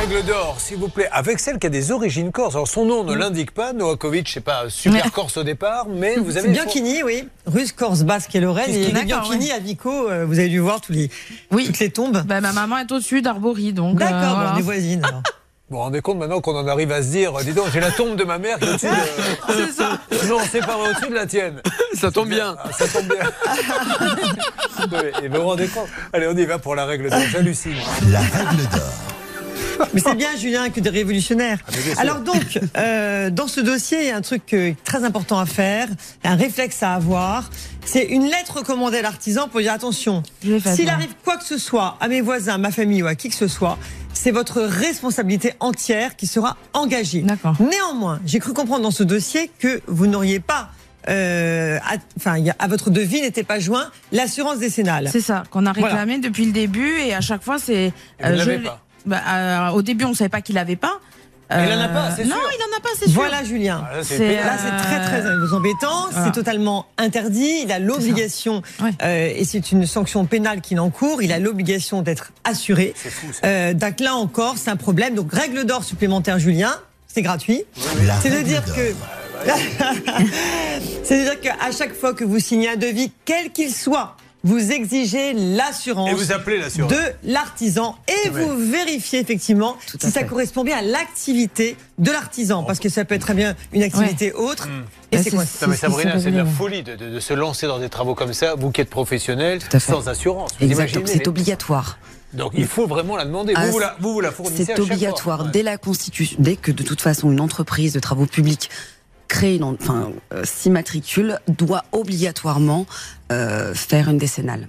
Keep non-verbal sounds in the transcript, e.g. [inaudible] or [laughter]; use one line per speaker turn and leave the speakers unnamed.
L'angle d'or, s'il vous plaît, avec celle qui a des origines corse. Alors son nom ne l'indique pas, Novakovic, c'est pas super corse au départ,
[laughs]
mais vous avez...
C'est Bianchini, oui. Russe, Corse, Basque et Lorraine.
Qu'est-ce
Et
qu'il y a
Bianchini
d'accord,
à Vico, euh, vous avez dû voir tous les,
Oui.
toutes les tombes.
Bah, ma maman est au-dessus d'Arbory, donc.
D'accord,
euh,
bon,
voilà.
on est voisines. alors.
Vous vous rendez compte maintenant qu'on en arrive à se dire, dis donc, j'ai la tombe de ma mère qui est au-dessus
[laughs]
de...
C'est ça.
Non, c'est pas vrai, au-dessus de la tienne.
Ça tombe bien.
Ah, ça tombe
[laughs]
bien. Ouais, Et vous vous rendez compte Allez, on y va pour la règle d'or, j'hallucine.
La règle d'or.
Mais c'est bien, Julien, que des révolutionnaires.
Ah, mais bien sûr.
Alors donc, euh, dans ce dossier, il y a un truc euh, très important à faire, un réflexe à avoir. C'est une lettre recommandée à l'artisan pour dire attention,
Je l'ai faite,
s'il
moi.
arrive quoi que ce soit à mes voisins, ma famille ou à qui que ce soit, c'est votre responsabilité entière qui sera engagée.
D'accord.
Néanmoins, j'ai cru comprendre dans ce dossier que vous n'auriez pas... euh, à- Enfin, il y a- à votre devis n'était pas joint l'assurance décennale.
C'est ça, qu'on a
Voilà.
réclamé depuis le début et à chaque fois,
Et
c'est.
vous l'avez
je-
pas.
Bah, euh, au début, on ne savait pas qu'il l'avait pas. Euh,
il en a pas, c'est
Non,
sûr.
il n'en a pas, c'est sûr.
Voilà, Julien.
Ah, là, c'est
C'est,
épais.
euh,
Là, c'est très très vous embêtant.
Voilà.
C'est totalement interdit. Il a l'obligation,
Ouais.
euh, et c'est une sanction pénale qu'il encourt. Il a l'obligation d'être assuré.
fou, ça.
Euh, donc là encore, c'est un problème. Donc règle d'or supplémentaire, Julien. C'est gratuit.
La
C'est de
règle
dire
d'or.
que. [laughs] c'est de dire qu'à chaque fois que vous signez un devis, quel qu'il soit, vous exigez l'assurance
Et vous appelez l'assurance.
de l'artisan et
vrai.
vous vérifiez effectivement si ça correspond bien à l'activité de l'artisan parce que ça peut être très bien une activité autre et
Bah,
c'est
c'est-
quoi
Non mais
C'est ce qui
Sabrina,
s'est
c'est de la
passé.
folie de, de- de se lancer dans des travaux comme ça, vous qui êtes professionnel,
à fait.
sans assurance. Vous
Exact,
imaginez
donc c'est
les-
obligatoire.
Donc il faut vraiment la demander. Vous,
Ah,
vous, la, vous, vous la fournissez à
C'est
chaque fois.
obligatoire.
Ouais.
Dès la Constitution, dès que de toute façon une entreprise de travaux publics crée une, en- enfin, euh, s'immatricule, doit obligatoirement euh, faire une décennale.